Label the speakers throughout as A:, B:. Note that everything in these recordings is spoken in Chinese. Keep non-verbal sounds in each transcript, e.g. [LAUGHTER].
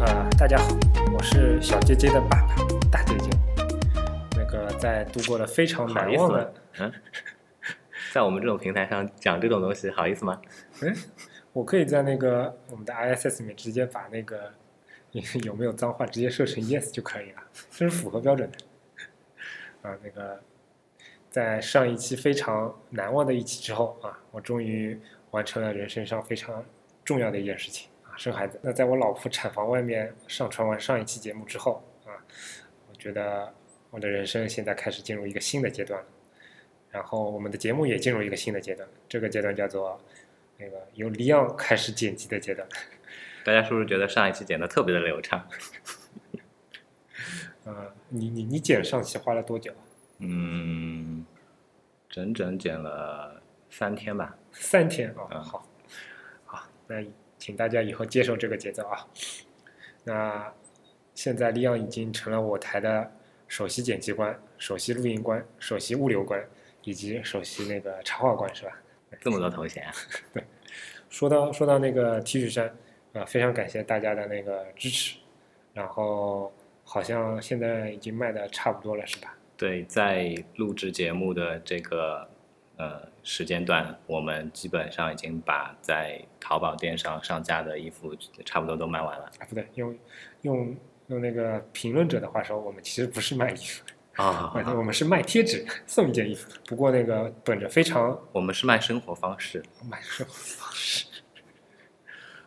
A: 呃街的爸爸，大舅舅，那个在度过了非常
B: 好
A: 难
B: 意思
A: 忘
B: 吗
A: 的，？
B: 嗯，在我们这种平台上讲这种东西，好意思吗？
A: 嗯，我可以在那个我们的 ISS 里面直接把那个有没有脏话直接设成 yes 就可以了，这是符合标准的。啊，那个在上一期非常难忘的一期之后啊，我终于完成了人生上非常重要的一件事情啊，生孩子。那在我老婆产房外面上传完上一期节目之后啊，我觉得我的人生现在开始进入一个新的阶段了。然后我们的节目也进入一个新的阶段，这个阶段叫做那个由李昂开始剪辑的阶段。
B: 大家是不是觉得上一期剪的特别的流畅？
A: 呃，你你你剪上期花了多久啊？
B: 嗯，整整剪了三天吧。
A: 三天啊、
B: 嗯
A: 好，好，那请大家以后接受这个节奏啊。那现在利昂已经成了我台的首席剪辑官、首席录音官、首席物流官以及首席那个插画官，是吧？
B: 这么多头衔啊，
A: 说到说到那个 T 恤衫啊、呃非常感谢大家的那个支持，然后好像现在已经卖的差不多了，是吧？
B: 对，在录制节目的这个呃时间段，我们基本上已经把在淘宝店上上架的衣服差不多都卖完了
A: 啊，不对，用用用那个评论者的话说，我们其实不是卖衣服，
B: 啊
A: 啊我们是卖贴纸， [LAUGHS] 送一件衣服。不过那个本着非常
B: 我们是卖生活方式，
A: 买手方式，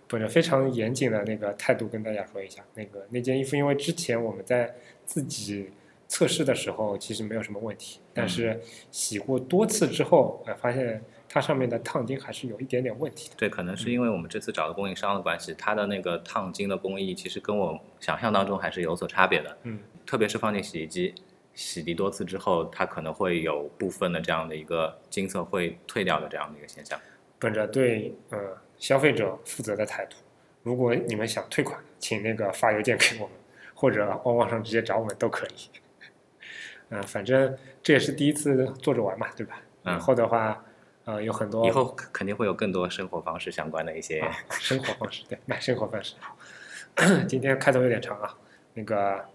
A: 本着非常严谨的那个态度跟大家说一下，那个那件衣服，因为之前我们在自己测试的时候其实没有什么问题，但是洗过多次之后，呃，发现它上面的烫金还是有一点点问题的。
B: 对，可能是因为我们这次找的供应商的关系，它的那个烫金的工艺其实跟我想象当中还是有所差别的，
A: 嗯，
B: 特别是放进洗衣机洗涤多次之后，它可能会有部分的这样的一个金色会退掉的这样的一个现
A: 哦
B: 象。
A: 本着对呃消费者负责的态度，如果你们想退款，请那个发邮件给我们，或者往网上直接找我们都可以。 [LAUGHS] 嗯、反正这也是第一次做着玩嘛，对吧？
B: 嗯
A: 以后的话，呃，有很多
B: 以后肯肯定会有更多生活方式相关的一些、
A: 啊生活方式，对，买生活方式。好 [COUGHS] 今天开头有点长啊，那个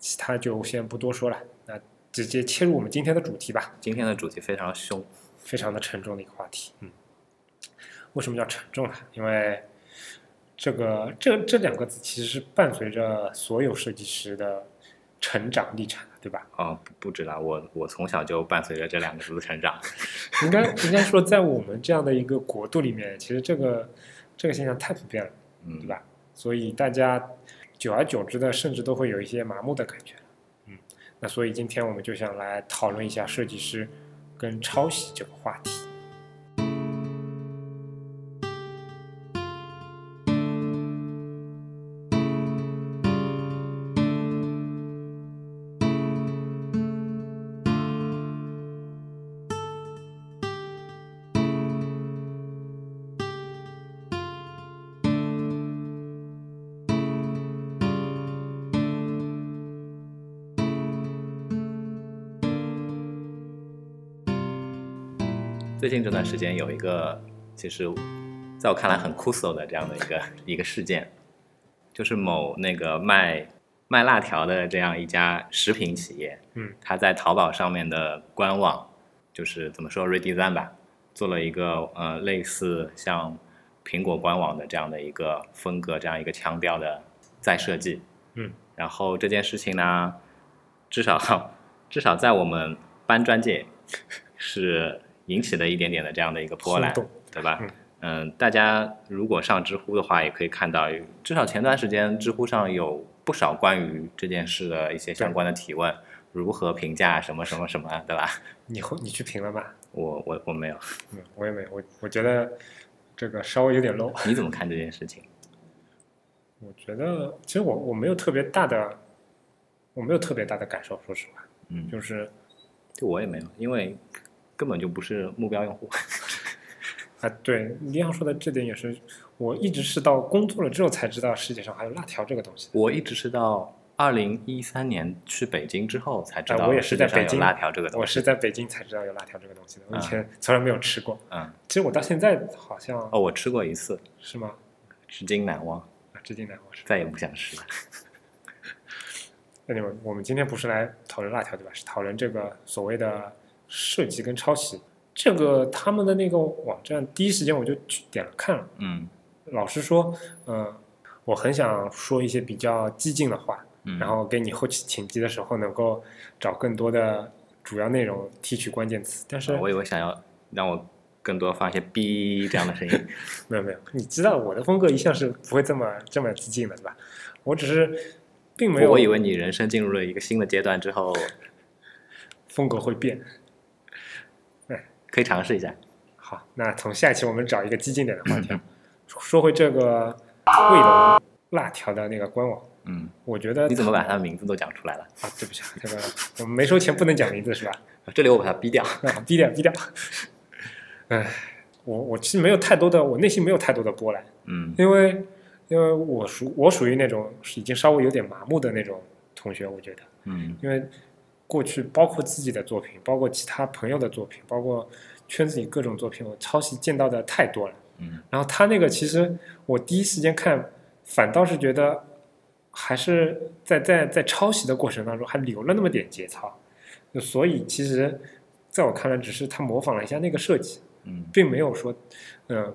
A: 其他就先不多说了，那直接切入我们今天的主题吧。
B: 今天的主题非常凶，
A: 非常的沉重的一个话题。嗯，为什么叫沉重呢？因为这个这这两个字其实是伴随着所有设计师的成长历程的，对吧？
B: 哦，不不止啦，我我从小就伴随着这两个字的成长。
A: 应 [LAUGHS] 该应该说，在我们这样的一个国度里面，其实这个这个现象太普遍了，
B: 嗯，
A: 对吧？所以大家久而久之的，甚至都会有一些麻木的感觉。嗯，那所以今天我们就想来讨论一下设计师跟抄袭这个话题。
B: 最近这段时间有一个，其实在我看来很酷搜的这样的一个一个事件，就是某那个卖卖辣条的这样一家食品企业，
A: 嗯，
B: 它在淘宝上面的官网，就是怎么说 redesign 吧，做了一个呃类似像苹果官网的这样的一个风格、这样一个腔调的再设计，
A: 嗯，
B: 然后这件事情呢，至少至少在我们搬砖界是引起了一点点的这样的一个波澜
A: 轰动，
B: 对吧
A: 嗯？
B: 嗯，大家如果上知乎的话，也可以看到，至少前段时间知乎上有不少关于这件事的一些相关的提问，如何评价什么什么什么，对吧？
A: 你后你去评了吗？
B: 我我我没有，
A: 嗯，我也没有，我我觉得这个稍微有点 low。
B: 你怎么看这件事情？
A: 我觉得其实我我没有特别大的，我没有特别大的感受，说实话，
B: 嗯，
A: 就是
B: [LAUGHS] 就我也没有，因为根本就不是目标用户。 [LAUGHS]
A: 啊，对李阳说的这点也是，我一直是到工作了之后才知道世界上还有辣条这个东西。
B: 我一直是到二零一三年去北京之后才知
A: 哎
B: 道，
A: 我也是在北京
B: 辣条这个东
A: 我
B: 西。
A: 是在北京才知道有辣条这个东西的，我以
B: 嗯
A: 前从来没有吃过。
B: 嗯，
A: 其实我到现在好像、
B: 哦，我吃过一次，
A: 是吗？
B: 至今难忘，
A: 啊，至今难忘是吧。
B: 再也不想吃了。
A: 那你们我们今天不是来讨论辣条对吧？是讨论这个所谓的设计跟抄袭。这
B: 嗯
A: 个他们的那个网站，第一时间我就去点了看了。
B: 嗯
A: 老实说，嗯、我很想说一些比较激进的话，
B: 嗯，
A: 然后给你后期剪辑的时候能够找更多的主要内容提取关键词。但是
B: 啊我以为想要让我更多放一些哔这样的声音，
A: 没有没有，你知道我的风格一向是不会这么这么激进的，对吧？我只是并没有，
B: 我以为你人生进入了一个新的阶段之后，
A: 风格会变。
B: 可以尝试一下。
A: 好，那从下一期我们找一个激进点的话题
B: 嗯
A: 啊，说回这个卫龙辣条的那个官网，
B: 嗯，
A: 我觉得
B: 你怎么把他的名字都讲出来了？
A: 啊？对不起，啊，这个我们没收钱不能讲名字是吧？
B: 这里我把它逼掉。
A: 啊，低调低调。唉，我我其实没有太多的，我内心没有太多的波澜，
B: 嗯
A: 因为因为我属我属于那种已经稍微有点麻木的那种同学，我觉得。
B: 嗯
A: 因为过去包括自己的作品，包括其他朋友的作品，包括圈子里各种作品，我抄袭见到的太多了。
B: 嗯
A: 然后他那个其实我第一时间看，反倒是觉得还是在在在抄袭的过程当中还留了那么点节操，就所以其实在我看来，只是他模仿了一下那个设计，
B: 嗯
A: 并没有说嗯、呃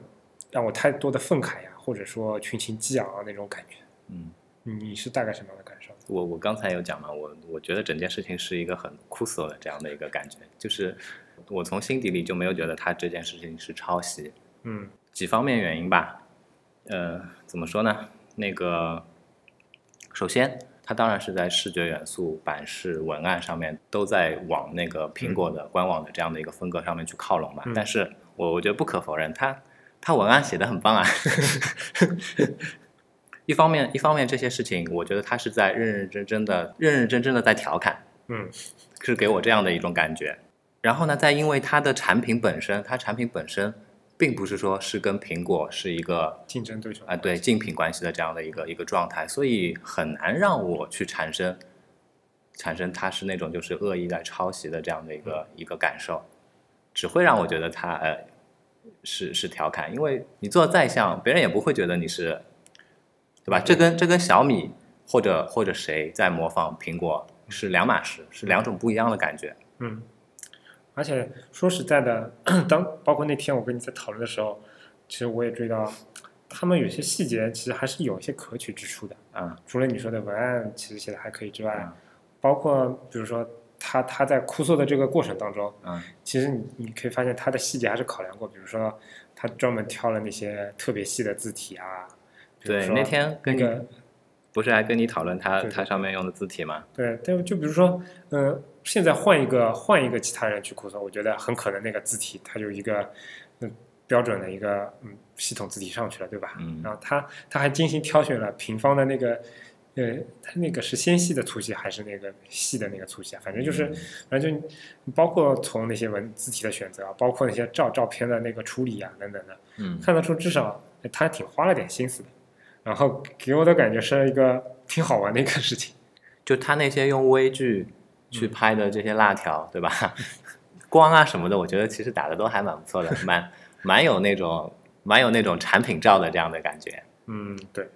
A: 让我太多的愤慨呀、或者说群情激昂啊那种感觉。
B: 嗯，
A: 你是大概什么样的感受？
B: 我我刚才有讲嘛，我我觉得整件事情是一个很酷搜的这样的一个感觉，就是我从心底里就没有觉得他这件事情是抄袭，
A: 嗯
B: 几方面原因吧。呃，怎么说呢？那个，首先，它当然是在视觉元素、版式、文案上面都在往那个苹果的官网的这样的一个风格上面去靠拢嘛。
A: 嗯
B: 但是我我觉得不可否认，它它文案写的很棒啊。 [LAUGHS] 一方面，一方面这些事情，我觉得他是在认认真真的、认认真真的在调侃，
A: 嗯
B: 是给我这样的一种感觉。然后呢，再因为它的产品本身，它产品本身并不是说是跟苹果是一个
A: 竞争对手
B: 啊、对竞品关系的这样的一个一个状态，所以很难让我去产生产生它是那种就是恶意在抄袭的这样的一个、一个感受，只会让我觉得它呃是是调侃，因为你做得再像，别人也不会觉得你是对吧？这跟这跟小米或者或者谁在模仿苹果是两码事，是两种不一样的感觉。
A: 嗯，而且说实在的，当包括那天我跟你在讨论的时候，其实我也注意到，他们有些细节其实还是有一些可取之处的。
B: 嗯
A: 除了你说的文案其实写的还可以之外
B: 嗯，
A: 包括比如说他他在哭诉的这个过程当中，
B: 嗯
A: 其实你你可以发现他的细节还是考量过，比如说他专门挑了那些特别细的字体啊，比如
B: 对，
A: 说
B: 那天跟你、
A: 那个
B: 不是还跟你讨论它
A: 对
B: 它上面用的字体吗？
A: 对，但就比如说，嗯、现在换一个换一个其他人去哭诉，我觉得很可能那个字体它有一个嗯标准的一个嗯系统字体上去了，对吧？
B: 嗯
A: 然后他他还精心挑选了平方的那个，呃，他那个是纤细的粗细还是那个细的那个粗细啊？反正
B: 嗯
A: 就是，反正就你包括从那些文字体的选择啊，包括那些照照片的那个处理啊等等的，
B: 嗯
A: 看得出至少哎他还挺花了点心思的。然后给我的感觉是一个挺好玩的一个事情。
B: 就他那些用微距去拍的这些辣条，对吧？ [LAUGHS] 光啊什么的，我觉得其实打的都还蛮不错的，蛮蛮有那种蛮有那种产品照的这样的感觉。
A: 嗯，对，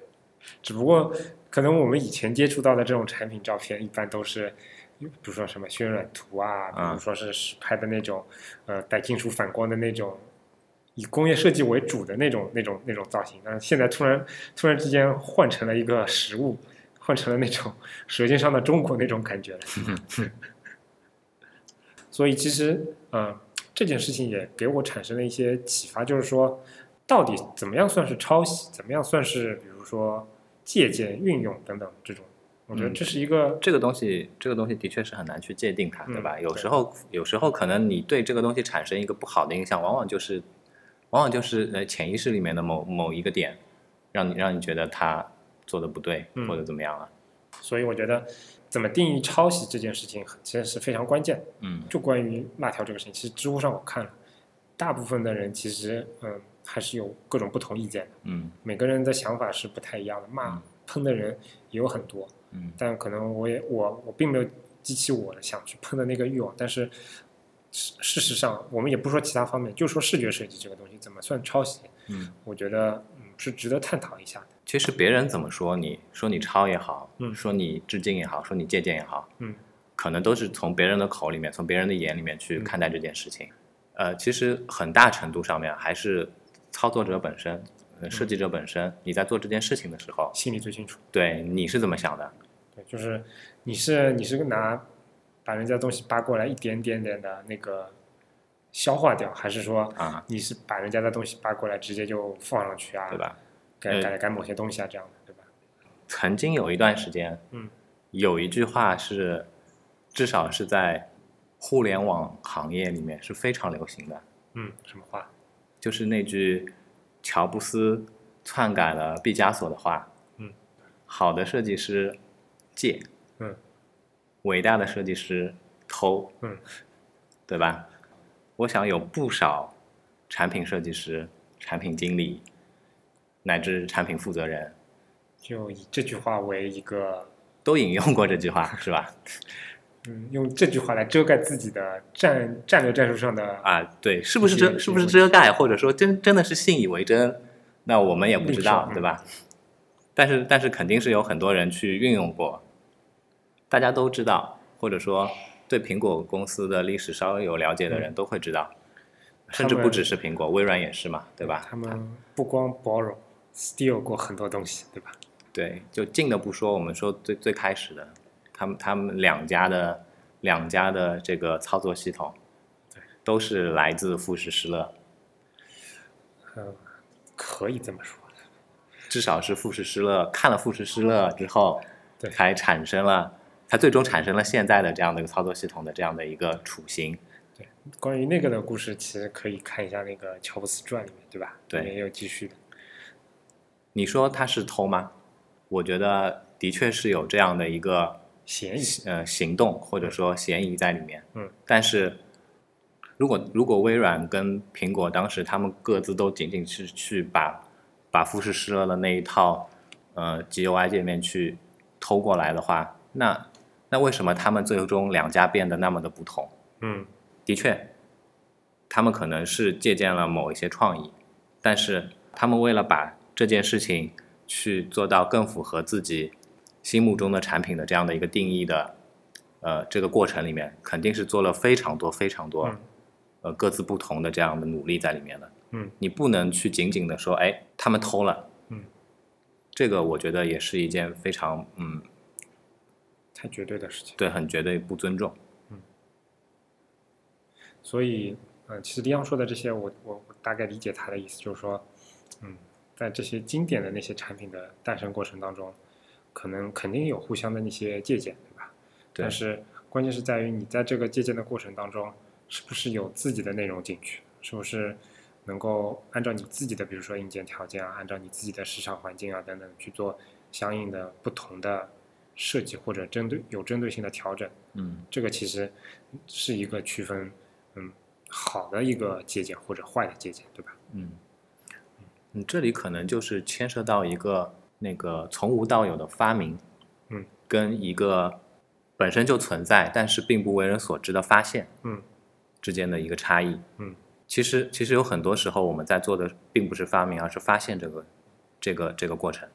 A: 只不过可能我们以前接触到的这种产品照片，一般都是，比如说什么渲染图啊，比如
B: 嗯
A: 说是拍的那种，呃，带金属反光的那种，以工业设计为主的那种、那种、那种造型。但是现在突然突然之间换成了一个实物，换成了那种《 [LAUGHS] 舌尖上的中国》那种感觉了。所以其实，嗯、这件事情也给我产生了一些启发，就是说，到底怎么样算是抄袭，怎么样算是比如说借鉴、运用等等这种，我觉得
B: 嗯
A: 这是一个，
B: 这个东西，这个东西的确是很难去界定它，
A: 嗯
B: 对吧？有
A: 对
B: 时候，有时候可能你对这个东西产生一个不好的印象，往往就是，往往就是呃潜意识里面的某某一个点，让你让你觉得他做的不对、
A: 嗯
B: 或者怎么样了。
A: 所以我觉得怎么定义抄袭这件事情其实是非常关键的。
B: 嗯
A: 就关于辣条这个事情，其实知乎上我看了，大部分的人其实嗯还是有各种不同意见的，
B: 嗯
A: 每个人的想法是不太一样的，骂
B: 嗯
A: 喷的人也有很多。
B: 嗯
A: 但可能我也我我并没有激起我想去碰的那个欲望，但是事事实上，我们也不说其他方面，就说视觉设计这个东西怎么算抄袭，
B: 嗯
A: 我觉得嗯是值得探讨一下的。
B: 其实别人怎么说你，说你抄也好，
A: 嗯
B: 说你致敬也好，说你借鉴也好，
A: 嗯，
B: 可能都是从别人的口里面，从别人的眼里面去
A: 嗯
B: 看待这件事情。呃，其实很大程度上面还是操作者本身、呃设计者本身，你在做这件事情的时候，
A: 心里最清楚。
B: 对你是怎么想的？
A: 对，就是你是你是拿把人家东西扒过来一点点点的那个消化掉，还是说
B: 啊
A: 你是把人家的东西扒过来直接就放上去啊？
B: 对？吧？
A: 改
B: 嗯
A: 改改某些东西啊，这样的，对吧？
B: 曾经有一段时间，
A: 嗯，
B: 有一句话是，至少是在互联网行业里面是非常流行的，
A: 嗯，什么话？
B: 就是那句乔布斯篡改了毕加索的话。
A: 嗯，
B: 好的设计师借，
A: 嗯，
B: 伟大的设计师偷，
A: 嗯，
B: 对吧？我想有不少产品设计师、产品经理乃至产品负责人
A: 就以这句话为一个，
B: 都引用过这句话，是吧？
A: 嗯，用这句话来遮盖自己的战战略战术上的
B: 啊，对，是不是遮
A: 一些
B: 是不是遮盖，或者说真真的是信以为真，那我们也不知道
A: 另，说
B: 对吧？但是但是肯定是有很多人去运用过，大家都知道，或者说对苹果公司的历史稍微有了解的人都会知道，甚至
A: 嗯他
B: 不
A: 们
B: 只是苹果，微软也是嘛，对吧？
A: 他们不光 borrow steal 过很多东西，对吧？
B: 对，就近的不说，我们说最最开始的，他们他们两家的两家的这个操作系统，都是来自富士施乐。
A: 嗯，可以这么说。
B: 至少是富士施乐看了富士施乐之后，
A: 对
B: 才产生了，才最终产生了现在的这样的一个操作系统的这样的一个雏形。
A: 关于那个的故事，其实可以看一下那个《乔布斯传》里面，对吧？
B: 对
A: 里面也有继续的。
B: 你说它是偷吗？我觉得的确是有这样的一个
A: 嫌疑
B: 呃行动或者说嫌疑在里面。
A: 嗯，
B: 但是如果如果微软跟苹果当时他们各自都仅仅是去把把富士施乐的那一套呃 GUI 界面去偷过来的话，那那为什么他们最终两家变得那么的不同？
A: 嗯，
B: 的确，他们可能是借鉴了某一些创意，但是他们为了把这件事情去做到更符合自己心目中的产品的这样的一个定义的，呃，这个过程里面肯定是做了非常多非常多，
A: 嗯
B: 呃，各自不同的这样的努力在里面的。
A: 嗯，
B: 你不能去仅仅的说，哎，他们偷了。
A: 嗯，
B: 这个我觉得也是一件非常，嗯，
A: 太绝对的事情。
B: 对，很绝对不尊重。
A: 所以，嗯、其实李阳说的这些，我我我大概理解他的意思，就是说，嗯，在这些经典的那些产品的诞生过程当中，可能肯定有互相的那些借鉴，对吧？
B: 对
A: 但是关键是在于你在这个借鉴的过程当中，是不是有自己的内容进去，是不是能够按照你自己的，比如说硬件条件啊，按照你自己的市场环境啊等等去做相应的不同的设计或者针对有针对性的调整。
B: 嗯，
A: 这个其实是一个区分，嗯，好的一个借鉴或者坏的借鉴，对吧？
B: 嗯，嗯，这里可能就是牵涉到一个那个从无到有的发明，
A: 嗯，
B: 跟一个本身就存在但是并不为人所知的发现
A: 嗯
B: 之间的一个差异。
A: 嗯，
B: 其实其实有很多时候我们在做的并不是发明，而是发现这个这个这个过程。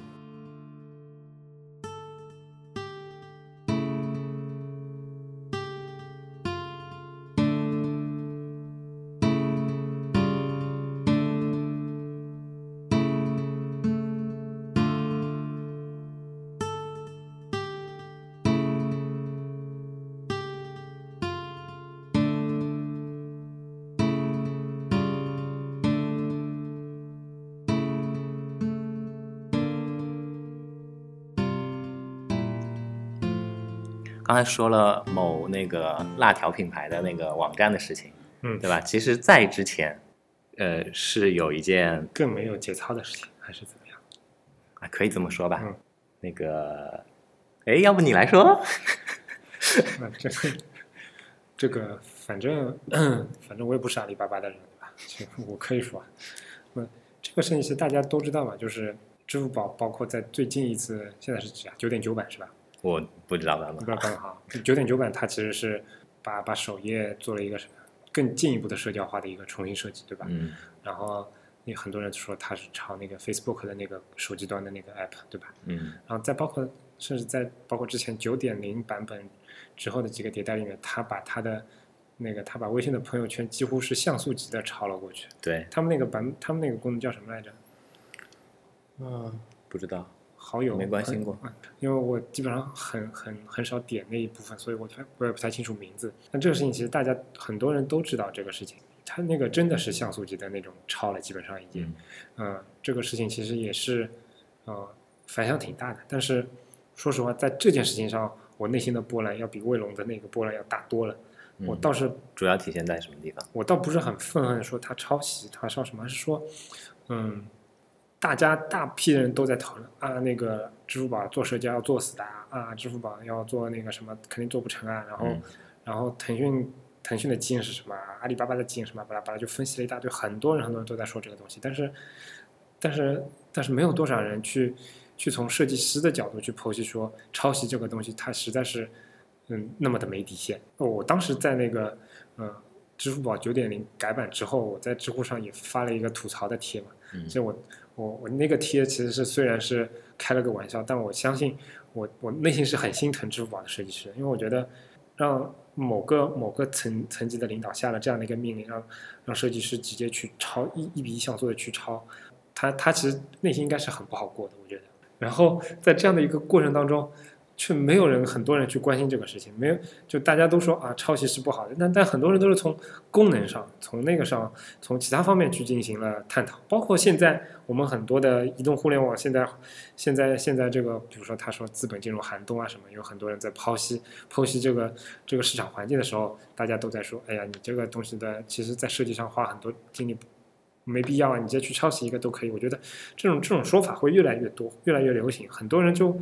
B: 刚才说了某那个辣条品牌的那个网站的事情，
A: 嗯，
B: 对吧？其实，在之前，呃，是有一件
A: 更没有节操的事情还是怎么样？
B: 啊，可以这么说吧。
A: 嗯
B: 那个，哎，要不你来说？ [LAUGHS]
A: 那这个这个，反正 [CLEARS THROAT] 反正我也不是阿里巴巴的人，对吧？这个我可以说啊，那这个事情是大家都知道嘛，就是支付宝包括在最近一次，现在是几啊？九点九版是吧？
B: 我不知道版
A: 不
B: 本。
A: 知道刚好九点九版它其实是把把首页做了一个更进一步的社交化的一个重新设计，对吧？
B: 嗯
A: 然后那很多人说它是抄那个 Facebook 的那个手机端的那个 app，对吧？
B: 嗯
A: 然后再包括甚至在包括之前九点零版本之后的几个迭代里面，它把它的那个它把微信的朋友圈几乎是像素级的抄了过去。
B: 对，
A: 他们那个版，他们那个功能叫什么来着？嗯，
B: 不知道，
A: 好友
B: 没关心过
A: 嗯因为我基本上很很很少点那一部分，所以我才我也不太清楚名字。但这个事情其实大家很多人都知道这个事情，它那个真的是像素级的那种超了，基本上已经。
B: 嗯
A: 嗯、这个事情其实也是，呃，反响挺大的。但是说实话，在这件事情上，我内心的波澜要比卫龙的那个波澜要大多了。我
B: 嗯
A: 倒是
B: 主要体现在什么地方？
A: 我倒不是很愤恨说他抄袭，他抄什么，而是说，嗯，大家大批人都在讨论啊，那个支付宝做社交要做死的啊啊，支付宝要做那个什么肯定做不成啊，然后、
B: 嗯
A: 然后腾讯腾讯的基因是什么啊，阿里巴巴的基因是什么，巴拉巴拉就分析了一大堆，很多人很多人都在说这个东西，但是但是但是没有多少人去去从设计师的角度去剖析说抄袭这个东西，它实在是嗯那么的没底线。我当时在那个嗯、呃支付宝九点零改版之后，我在知乎上也发了一个吐槽的帖嘛，
B: 嗯
A: 所以我我我那个贴其实是虽然是开了个玩笑，但我相信我我内心是很心疼支付宝的设计师，因为我觉得让某个某个层层级的领导下了这样的一个命令，让让设计师直接去抄一一比一像素的去抄，他他其实内心应该是很不好过的，我觉得。然后在这样的一个过程当中，却没有人很多人去关心这个事情，没有就大家都说啊抄袭是不好的，但但很多人都是从功能上、从那个上、从其他方面去进行了探讨，包括现在我们很多的移动互联网现在现在现在这个，比如说他说资本进入寒冬啊什么，有很多人在剖析剖析这个这个市场环境的时候，大家都在说，哎呀，你这个东西的其实在设计上花很多精力没必要啊，你直接去抄袭一个都可以。我觉得这种这种说法会越来越多，越来越流行，很多人就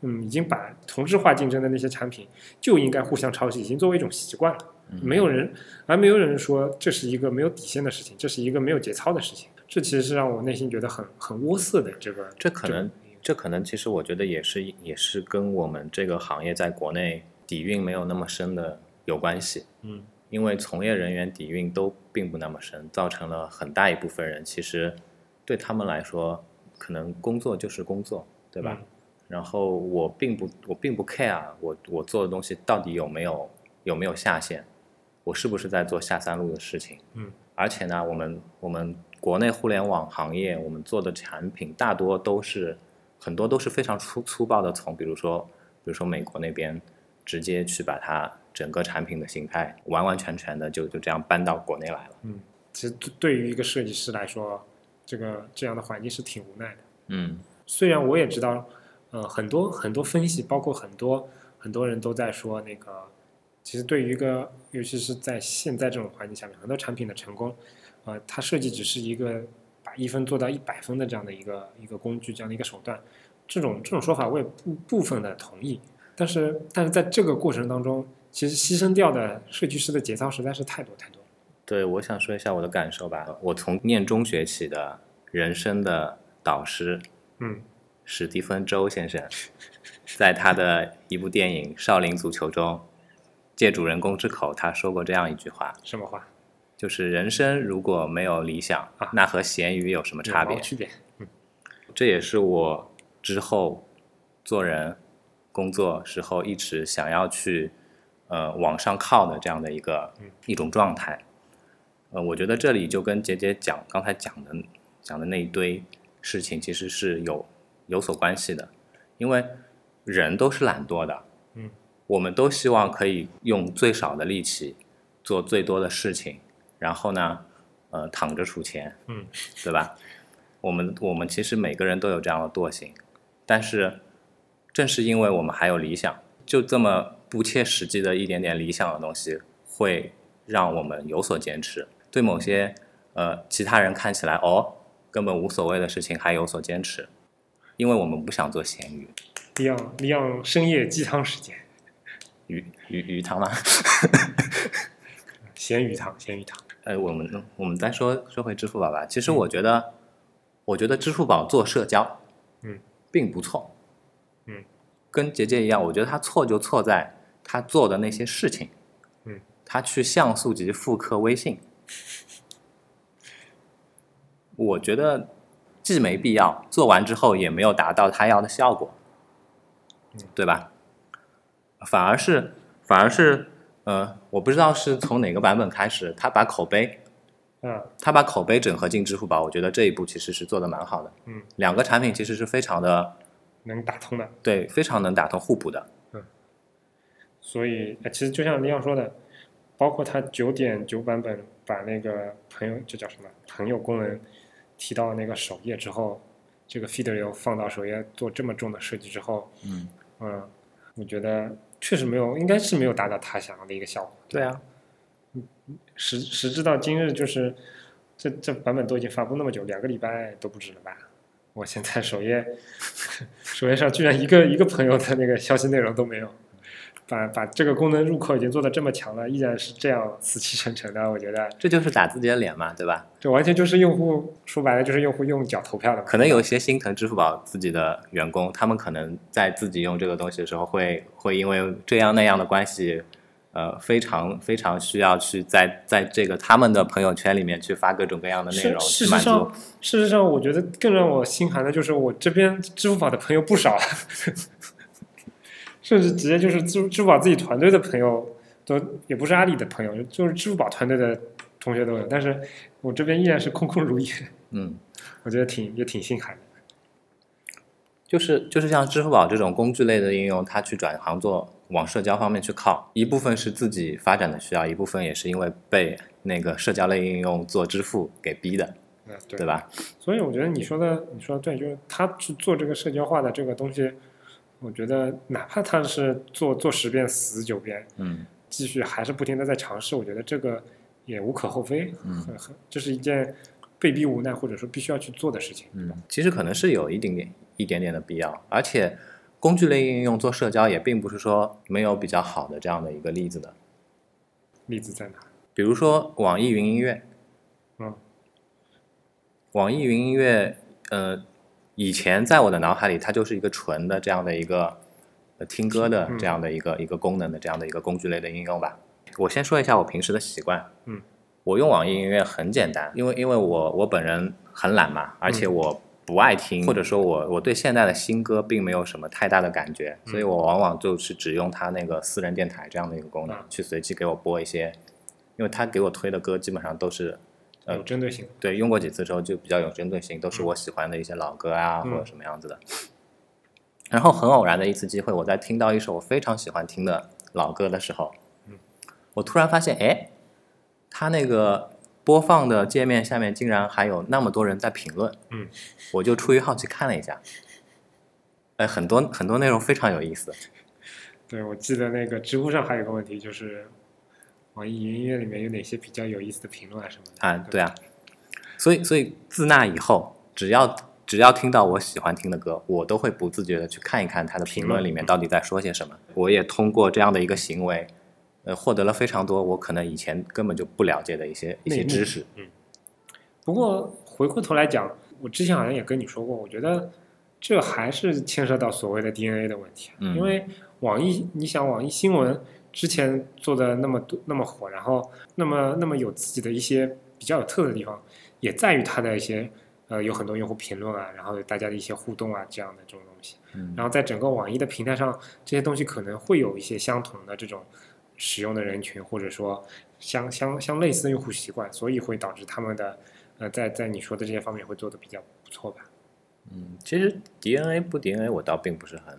A: 嗯已经把同质化竞争的那些产品就应该互相抄袭，已经作为一种习惯了。没有人，而没有人说这是一个没有底线的事情，这是一个没有节操的事情。这其实是让我内心觉得很很窝塞的这个。
B: 这可能
A: 这个
B: 这可能其实我觉得也是也是跟我们这个行业在国内底蕴没有那么深的有关系，
A: 嗯
B: 因为从业人员底蕴都并不那么深，造成了很大一部分人其实对他们来说，可能工作就是工作，对吧？
A: 嗯
B: 然后我并不我并不 care 我我做的东西到底有没有有没有下限，我是不是在做下三路的事情？
A: 嗯，
B: 而且呢，我们我们国内互联网行业，我们做的产品大多都是很多都是非常粗粗暴的，从比如说比如说美国那边直接去把它整个产品的形态完完全全的就就这样搬到国内来了。
A: 嗯，其实对对于一个设计师来说，这个这样的环境是挺无奈的。
B: 嗯
A: 虽然我也知道，呃，很多很多分析，包括很多很多人都在说那个，其实对于一个，尤其是在现在这种环境下面，很多产品的成功，呃，它设计只是一个把一分做到一百分的这样的一个一个工具，这样的一个手段，这种这种说法我也部部分的同意，但是但是在这个过程当中，其实牺牲掉的设计师的节操实在是太多太多了。
B: 对，我想说一下我的感受吧。我从念中学起的人生的导师
A: 嗯
B: 史蒂芬周先生， [LAUGHS] 在他的一部电影《少林足球》中，借主人公之口，他说过这样一句话，
A: 什么话？
B: 就是人生如果没有理想
A: 啊，
B: 那和咸鱼有什么差
A: 有
B: 别
A: 毛？区别。嗯
B: 这也是我之后做人、工作时候一直想要去呃往上靠的这样的一个
A: 嗯
B: 一种状态。呃，我觉得这里就跟杰杰讲刚才讲的讲的那一堆事情其实是有有所关系的，因为人都是懒惰的，
A: 嗯，
B: 我们都希望可以用最少的力气做最多的事情，然后呢，呃，躺着数钱，
A: 嗯，
B: 对吧？我们我们其实每个人都有这样的惰性，但是正是因为我们还有理想，就这么不切实际的一点点理想的东西，会让我们有所坚持。对某些呃其他人看起来哦根本无所谓的事情，还有所坚持，因为我们不想做咸鱼
A: 利用利用深夜鸡汤时间。
B: 鱼鱼鱼汤嘛。
A: 咸鱼汤，咸鱼汤。
B: 呃，我们我们再说说回支付宝吧。其实我觉得，我觉得支付宝做社交，
A: 嗯，
B: 并不错，
A: 嗯，
B: 跟杰杰一样，我觉得他错就错在他做的那些事情，
A: 嗯，
B: 他去像素级复刻微信，我觉得既没必要，做完之后也没有达到他要的效果，
A: 嗯
B: 对吧？反而是反而是，呃，我不知道是从哪个版本开始，他把口碑
A: 嗯
B: 他把口碑整合进支付宝，我觉得这一步其实是做的蛮好的。
A: 嗯，
B: 两个产品其实是非常的
A: 能打通的。
B: 对，非常能打通互补的。
A: 所以，呃其实就像李阳说的，包括它九点九版本把那个朋友就叫什么朋友功能提到那个首页之后，这个 feed 流放到首页做这么重的设计之后，
B: 嗯，
A: 嗯，我觉得确实没有，应该是没有达到他想要的一个效果。
B: 对啊，
A: 时时至到今日，就是这这版本都已经发布那么久，两个礼拜都不止了吧？我现在首页 [LAUGHS] 首页上居然一个一个朋友的那个消息内容都没有，把把这个功能入口已经做的这么强了，依然是这样死气沉沉的，我觉得
B: 这就是打自己的脸嘛，对吧？
A: 这完全就是用户说白了就是用户用脚投票的嘛。
B: 可能有一些心疼支付宝自己的员工，他们可能在自己用这个东西的时候会，会因为这样那样的关系，呃，非常非常需要去在在这个他们的朋友圈里面去发各种各样的内
A: 事
B: 容
A: 事
B: 去
A: 实
B: 满足
A: 上。，事实上，我觉得更让我心寒的就是我这边支付宝的朋友不少， [LAUGHS] 甚至直接就是支支付宝自己团队的朋友都也不是阿里的朋友，就是支付宝团队的同学都有，但是我这边依然是空空如也， [LAUGHS]
B: 嗯，
A: 我觉得挺也挺心寒的。
B: 就是就是像支付宝这种工具类的应用，它去转行做往社交方面去靠，一部分是自己发展的需要，一部分也是因为被那个社交类应用做支付给逼的，
A: 嗯，对
B: 对吧？
A: 所以我觉得你说的，你说的对，就是他去做这个社交化的这个东西，我觉得哪怕他是做做十遍死九遍，
B: 嗯
A: 继续还是不停的在尝试，我觉得这个也无可厚非，
B: 嗯
A: 很很，这是一件被逼无奈或者说必须要去做的事情。
B: 嗯，其实可能是有一点点一点点的必要，而且工具类应用做社交也并不是说没有比较好的这样的一个例子的，
A: 例子在哪？
B: 比如说网易云音乐，
A: 嗯
B: 网易云音乐，呃，以前在我的脑海里，它就是一个纯的这样的一个呃听歌的
A: 嗯
B: 这样的一个、一个功能的这样的一个工具类的应用吧。我先说一下我平时的习惯，
A: 嗯，
B: 我用网易音乐很简单，因为因为我我本人很懒嘛，而
A: 嗯
B: 且我不爱听，或者说我我对现在的新歌并没有什么太大的感觉，所以我往往就是只用它那个私人电台这样的一个功能、
A: 嗯
B: 去随机给我播一些，因为它给我推的歌基本上都是呃
A: 有针对性的。
B: 对，用过几次之后就比较有针对性，都是我喜欢的一些老歌啊，
A: 嗯
B: 或者什么样子的。然后很偶然的一次机会，我在听到一首我非常喜欢听的老歌的时候，
A: 嗯
B: 我突然发现，哎，它那个播放的界面下面竟然还有那么多人在评论，
A: 嗯，
B: 我就出于好奇看了一下，哎，很多很多内容非常有意思，
A: 对，我记得那个知乎上还有个问题，就是网易云音乐里面有哪些比较有意思的评论啊什么的。
B: 啊，对啊，所以所以自那以后，只要只要听到我喜欢听的歌，我都会不自觉的去看一看他的评论里
A: 嗯
B: 面到底在说些什么。我也通过这样的一个行为，呃，获得了非常多我可能以前根本就不了解的一些一
A: 内
B: 些
A: 幕
B: 知识。
A: 不过回过头来讲，我之前好像也跟你说过，我觉得这还是牵涉到所谓的 DNA 的问题啊，
B: 嗯
A: 因为网易，你想网易新闻之前做的那么多那么火，然后那么那么有自己的一些比较有特色的地方，也在于它的一些呃有很多用户评论啊，然后大家的一些互动啊这样的这种东西。
B: 嗯
A: 然后在整个网易的平台上，这些东西可能会有一些相同的这种使用的人群，或者说相相相类似的用户习惯，所以会导致他们的呃在在你说的这些方面会做的比较不错吧？
B: 嗯，其实 DNA 不 DNA，我倒并不是很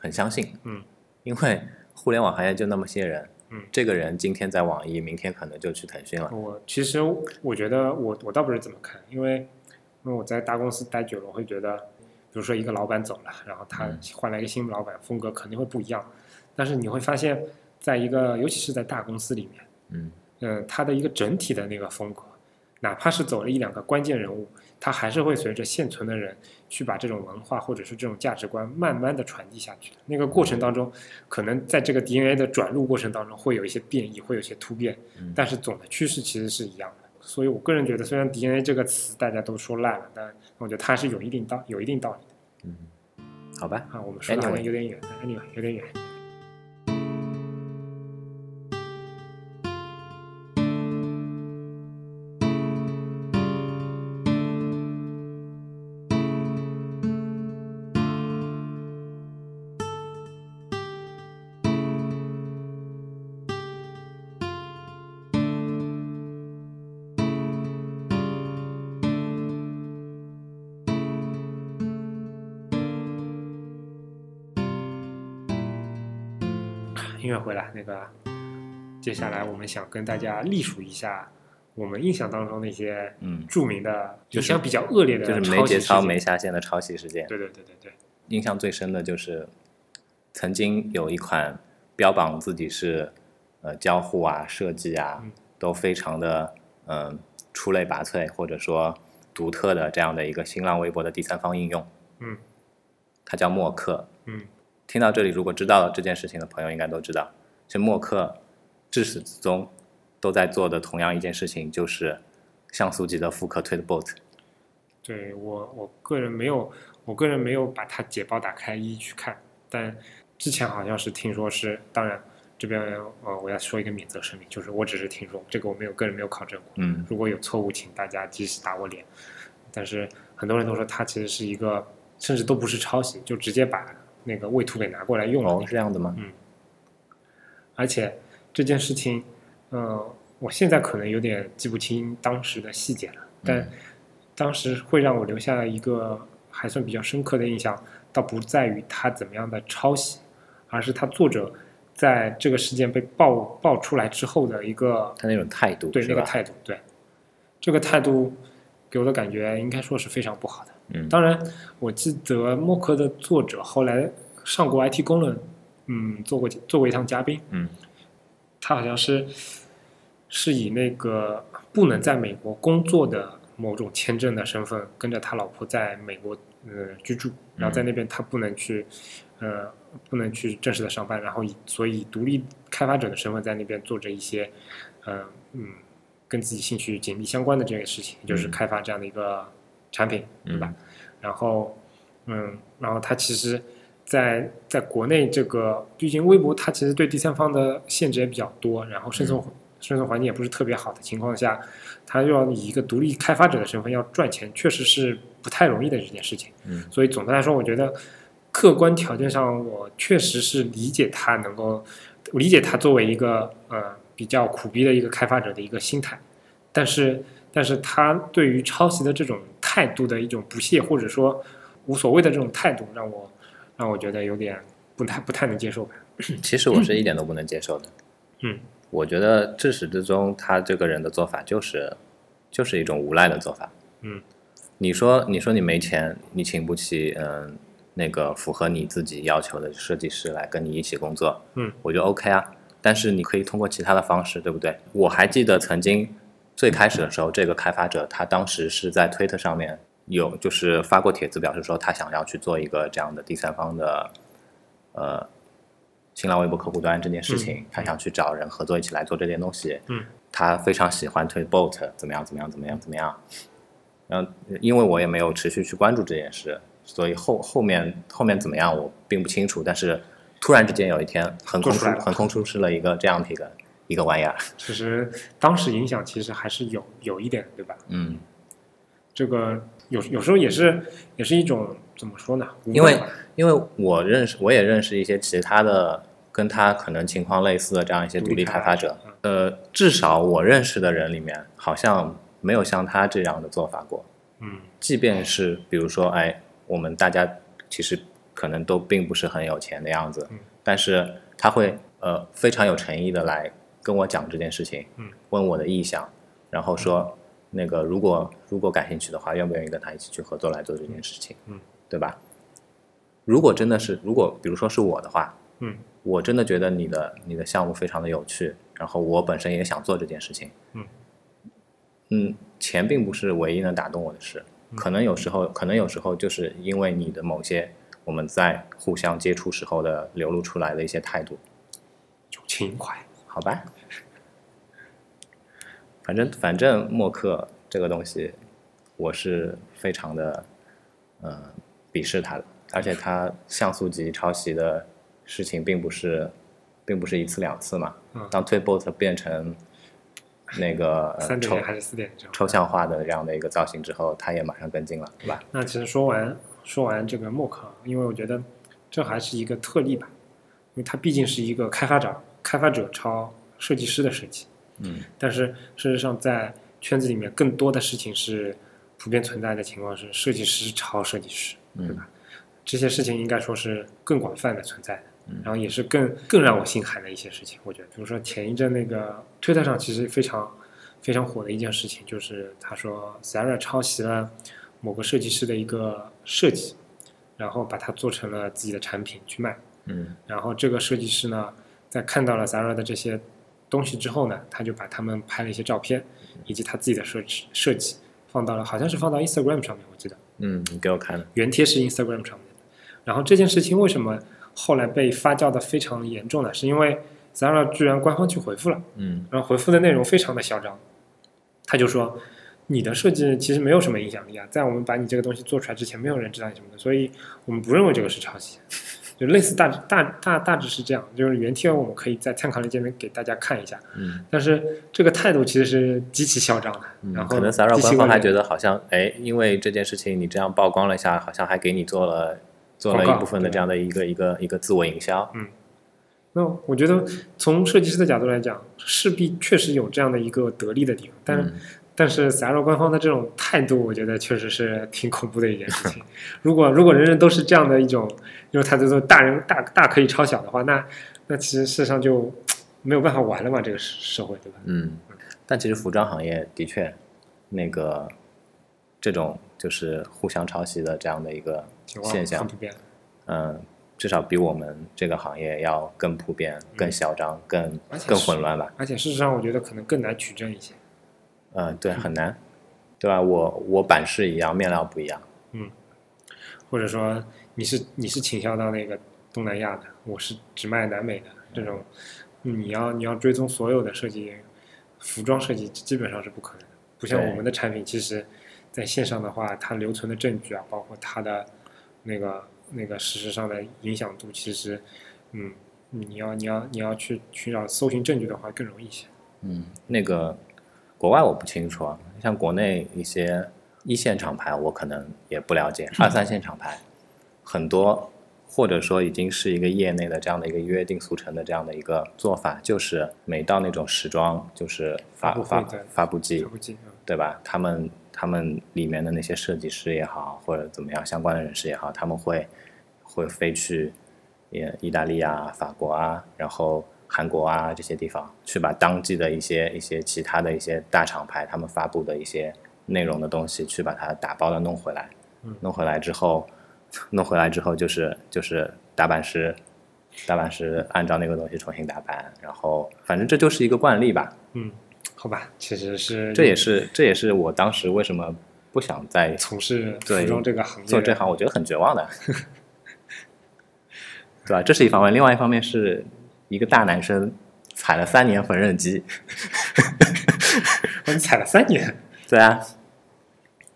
B: 很相信。
A: 嗯，
B: 因为互联网行业就那么些人。
A: 嗯
B: 这个人今天在网易，明天可能就去腾讯了。
A: 我其实我觉得我我倒不是这么看，因为因为我在大公司待久了，我会觉得，比如说一个老板走了，然后他
B: 嗯
A: 换来一个新老板，风格肯定会不一样。但是你会发现，在一个尤其是在大公司里面。
B: 嗯
A: 嗯，它的一个整体的那个风格，哪怕是走了一两个关键人物，它还是会随着现存的人去把这种文化或者是这种价值观慢慢的传递下去的。那个过程当中，可能在这个 DNA 的转入过程当中会有一些变异，会有一些突变
B: 嗯，
A: 但是总的趋势其实是一样的。所以我个人觉得，虽然 DNA 这个词大家都说烂了，但我觉得它是有一定道有一定道理的
B: 嗯，好吧。
A: 啊。我们说的好像
B: Anyway
A: 有点远但，anyway 有点远。音乐回来，那个接下来我们想跟大家历数一下我们印象当中那些
B: 嗯，
A: 著名的、
B: 就
A: 影
B: 是
A: 响比较恶劣的
B: 就是没
A: 啊抄袭
B: 节
A: 事
B: 操
A: 件
B: 没下线的抄袭事件。
A: 对对对对对，
B: 印象最深的就是曾经有一款标榜自己是呃交互啊、设计啊
A: 嗯
B: 都非常的嗯、呃出类拔萃或者说独特的这样的一个新浪微博的第三方应用，
A: 嗯
B: 它叫默克。
A: 嗯
B: 听到这里，如果知道了这件事情的朋友应该都知道，其实默克至始至终都在做的同样一件事情，就是像素级的复刻 Tweetbot。
A: 对我我个人没有，我个人没有把它解报打开一一去看，但之前好像是听说是，当然这边呃我要说一个免责声明，就是我只是听说，这个我没有个人没有考证过，
B: 嗯
A: 如果有错误，请大家及时打我脸。但是很多人都说它其实是一个，甚至都不是抄袭，就直接把那个位图给拿过来用了。
B: 哦，是这样的吗？
A: 嗯，而且这件事情，呃，我现在可能有点记不清当时的细节了，但
B: 嗯
A: 当时会让我留下一个还算比较深刻的印象，倒不在于他怎么样的抄袭，而是他作者在这个事件被爆爆出来之后的一个
B: 他那种态度，
A: 对
B: 是
A: 那
B: 吧？
A: 个态度，对这个态度给我的感觉应该说是非常不好的。
B: 嗯，
A: 当然，我记得默克的作者后来上过 IT 公论，嗯，做过做过一趟嘉宾，
B: 嗯
A: 他好像是是以那个不能在美国工作的某种签证的身份，跟着他老婆在美国呃居住，然后在那边他不能去呃不能去正式的上班，然后以所以独立开发者的身份在那边做着一些呃嗯跟自己兴趣紧密相关的这个事情，就是
B: 嗯
A: 开发这样的一个产品，对吧？然后，嗯，然后它其实在，在国内这个，毕竟微博它其实对第三方的限制也比较多，然后生存、生存环境也不是特别好的情况下，它又要以一个独立开发者的身份要赚钱，确实是不太容易的这件事情。
B: 嗯
A: 所以总的来说，我觉得客观条件上，我确实是理解他能够，我理解他作为一个呃比较苦逼的一个开发者的一个心态，但是但是他对于抄袭的这种态度的一种不屑，或者说无所谓的这种态度，让我让我觉得有点不太不太能接受吧。
B: 其实我是一点都不能接受的。
A: 嗯，
B: 我觉得至始至终，他这个人的做法就是就是一种无赖的做法。
A: 嗯，
B: 你说你说你没钱，你请不起嗯那个符合你自己要求的设计师来跟你一起工作，
A: 嗯，
B: 我就 OK 啊。但是你可以通过其他的方式，对不对？我还记得曾经最开始的时候，这个开发者他当时是在推特上面有就是发过帖子，表示说他想要去做一个这样的第三方的呃新浪微博客户端这件事情，
A: 嗯
B: 他想去找人合作一起来做这件东西。
A: 嗯，
B: 他非常喜欢推 bot，怎么样怎么样怎么样怎么样。然后因为我也没有持续去关注这件事，所以后后面后面怎么样我并不清楚。但是突然之间有一天，横
A: 做
B: 空
A: 出
B: 出
A: 来了
B: 横空出世了一个这样的一个一个玩意儿。
A: 其实当时影响其实还是有有一点的，对吧？
B: 嗯，
A: 这个有有时候也是也是一种怎么说呢？无
B: 因为
A: 奈吧
B: 因为我认识，我也认识一些其他的跟他可能情况类似的这样一些独立开发者。呃，至少我认识的人里面，好像没有像他这样的做法过。
A: 嗯
B: 即便是比如说，哎，我们大家其实可能都并不是很有钱的样子，
A: 嗯
B: 但是他会呃非常有诚意的来跟我讲这件事情，
A: 嗯
B: 问我的意向，然后说那个如果如果感兴趣的话，愿不愿意跟他一起去合作来做这件事情，
A: 嗯，
B: 对吧？如果真的是如果比如说是我的话，
A: 嗯
B: 我真的觉得你的你的项目非常的有趣，然后我本身也想做这件事情。
A: 嗯
B: 嗯钱并不是唯一能打动我的事，
A: 嗯
B: 可能有时候，可能有时候就是因为你的某些我们在互相接触时候的流露出来的一些态度，
A: 有情怀。
B: 好吧？反正反正默克这个东西，我是非常的呃鄙视他的，而且他像素级抄袭的事情并不是并不是一次两次嘛。
A: 嗯
B: 当 Tweetbot 变成那个、呃
A: 三点
B: 抽
A: 零还是四点零？
B: 抽象化的这样的一个造型之后，他也马上跟进了，对吧？
A: 那其实说完说完这个默克，因为我觉得这还是一个特例吧，因为它毕竟是一个开发者开发者抄设计师的设计，
B: 嗯
A: 但是事实上在圈子里面更多的事情是普遍存在的情况是设计师抄设计师，
B: 嗯
A: 对吧？这些事情应该说是更广泛的存在的。
B: 嗯
A: 然后也是更更让我心寒的一些事情。我觉得，比如说前一阵那个推特上其实非常非常火的一件事情，就是他说 Zara 抄袭了某个设计师的一个设计，然后把它做成了自己的产品去卖。
B: 嗯
A: 然后这个设计师呢，在看到了 Zara 的这些东西之后呢，他就把他们拍了一些照片，以及他自己的设计设计放到了，好像是放到 Instagram 上面，我记得
B: 嗯，你给我看的，
A: 原贴是 Instagram 上面的。然后这件事情为什么后来被发酵的非常严重呢？是因为 Zara 居然官方去回复了，
B: 嗯
A: 然后回复的内容非常的嚣张，他就说。你的设计其实没有什么影响力啊，在我们把你这个东西做出来之前，没有人知道你什么的，所以我们不认为这个是抄袭。就类似大大大大致是这样，就是原贴我们可以在参考链接里面给大家看一下，
B: 嗯，
A: 但是这个态度其实是极其嚣张的，
B: 嗯
A: 然后
B: 可能 Sara
A: 极其
B: 官方
A: 恶
B: 还
A: 劣
B: 觉得好像，哎，因为这件事情你这样曝光了一下，好像还给你做了做了
A: 广告
B: 一部分的
A: 对
B: 这样的一个一个一个自我营销，
A: 那我觉得从设计师的角度来讲，势必确实有这样的一个得力的地方，但是、
B: 嗯
A: 但是 Sara 官方的这种态度，我觉得确实是挺恐怖的一件事情。 [LAUGHS] 如果如果人人都是这样的一种，因为他这种大人大大可以超小的话，那那其实事实上就没有办法玩了嘛，这个社会对吧？
B: 嗯，但其实服装行业的确，那个这种就是互相抄袭的这样的一个
A: 情况
B: 现象
A: 很，普遍。
B: 嗯，至少比我们这个行业要更普遍、更嚣张、更
A: 而且是
B: 更混乱吧。
A: 而且事实上，我觉得可能更难取证一些。
B: 嗯，对，很难，对吧？我我版式一样，面料不一样，
A: 或者说你是你是倾销到那个东南亚的，我是只卖南美的这种，嗯你要你要追踪所有的设计，服装设计基本上是不可能的。不像
B: 对
A: 我们的产品，其实在线上的话，它留存的证据啊，包括它的那个那个事实上的影响度，其实嗯，你要你要你要去寻找搜寻证据的话更容易一些。
B: 嗯，那个国外我不清楚啊，像国内一些一线厂牌我可能也不了
A: 嗯
B: 解，二三线厂牌很多或者说已经是一个业内的这样的一个约定俗成的这样的一个做法，就是每到那种时装就是发
A: 发布
B: 发
A: 会对
B: 发布季
A: 不进啊，
B: 对吧？他们他们里面的那些设计师也好，或者怎么样相关的人士也好，他们会会飞去也意大利啊、法国啊，然后韩国啊这些地方，去把当季的一些一些其他的一些大厂牌他们发布的一些内容的东西，去把它打包的弄回来
A: 嗯。
B: 弄回来之后，弄回来之后就是就是打版师。打版师按照那个东西重新打版，然后反正这就是一个惯例吧。
A: 嗯，好吧，其实是
B: 这也是这也是我当时为什么不想再
A: 从事
B: 对
A: 服装这个行业
B: 做这
A: 的
B: 行，我觉得很绝望的，对吧？这是一方面，另外一方面是一个大男生踩了三年缝纫机，
A: 我踩了三年，
B: 对啊，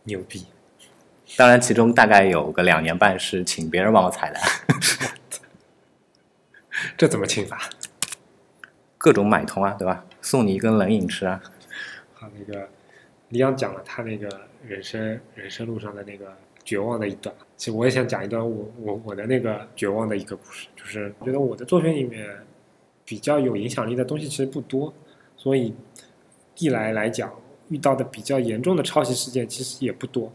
A: 牛逼。
B: 当然其中大概有个两年半是请别人帮我踩的，
A: 这怎么请法？
B: 各种买通啊，对吧？送你一根冷饮吃啊，
A: 啊，那个李阳讲了他那个人生人生路上的那个绝望的一段，其实我也想讲一段我我我的那个绝望的一个故事，就是我觉得我的作品里面比较有影响力的东西其实不多，所以历来来讲遇到的比较严重的抄袭事件其实也不多。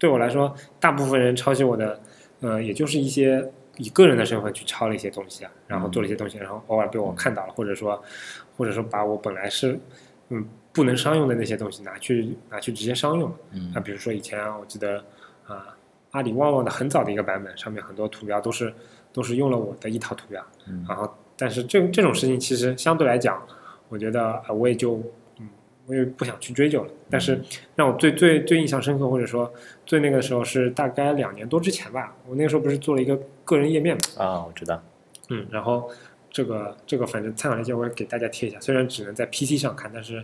A: 对我来说，大部分人抄袭我的，呃，也就是一些以个人的身份去抄了一些东西啊，然后做了一些东西，然后偶尔被我看到了，或者说，或者说把我本来是嗯不能商用的那些东西拿去拿去直接商用。
B: 嗯
A: 那比如说以前啊我记得啊、阿里旺旺的很早的一个版本，上面很多图标都是都是用了我的一套图标，
B: 嗯
A: 然后但是这这种事情其实相对来讲，我觉得啊、我也就嗯我也不想去追究了。但
B: 嗯
A: 是让我最最最印象深刻，或者说最那个的时候是大概两年多之前吧，我那个时候不是做了一个个人页面嘛，
B: 啊，我知道，
A: 嗯，然后这个这个反正参考链接我也给大家贴一下，虽然只能在 PC 上看，但是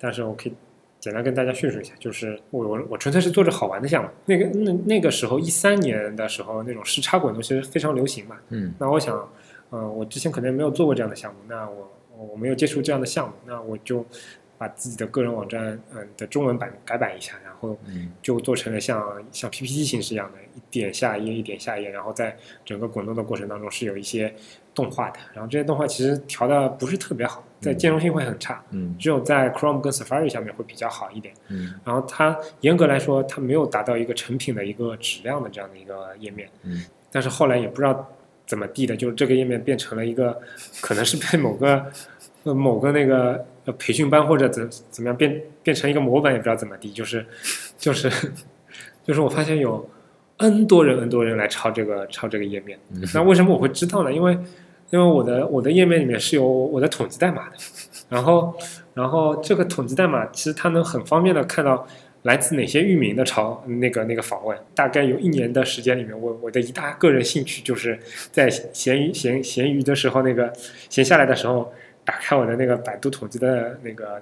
A: 但是我可以简单跟大家叙述一下，就是我我我纯粹是做着好玩的项目。那个那那个时候一三年的时候，那种时差滚动其实非常流行嘛。
B: 嗯
A: 那我想，嗯、我之前可能没有做过这样的项目，那我我我没有接触这样的项目，那我就把自己的个人网站嗯、的中文版改版一下，然后
B: 嗯
A: 就做成了像像 PPT 形式一样的，一点下一页一点下一页，然后在整个滚动的过程当中是有一些动画的，然后这些动画其实调的不是特别好，在兼容性会很差，
B: 嗯
A: 只有在 Chrome 跟 Safari 下面会比较好一点。
B: 嗯
A: 然后它严格来说，它没有达到一个成品的一个质量的这样的一个页面，
B: 嗯
A: 但是后来也不知道怎么地的，就是这个页面变成了一个，可能是被某个、呃、某个那个呃培训班或者怎怎么样变变成一个模板，也不知道怎么地，就是就是就是我发现有 N 多人 N 多人来抄这个抄这个页面，那为什么我会知道呢？因为因为我的我的页面里面是有我的统计代码的，然后然后这个统计代码其实它能很方便的看到来自哪些域名的朝那个那个访问。大概有一年的时间里面，我我的一大个人兴趣就是在闲鱼闲闲鱼的时候，那个闲下来的时候，打开我的那个百度统计的那个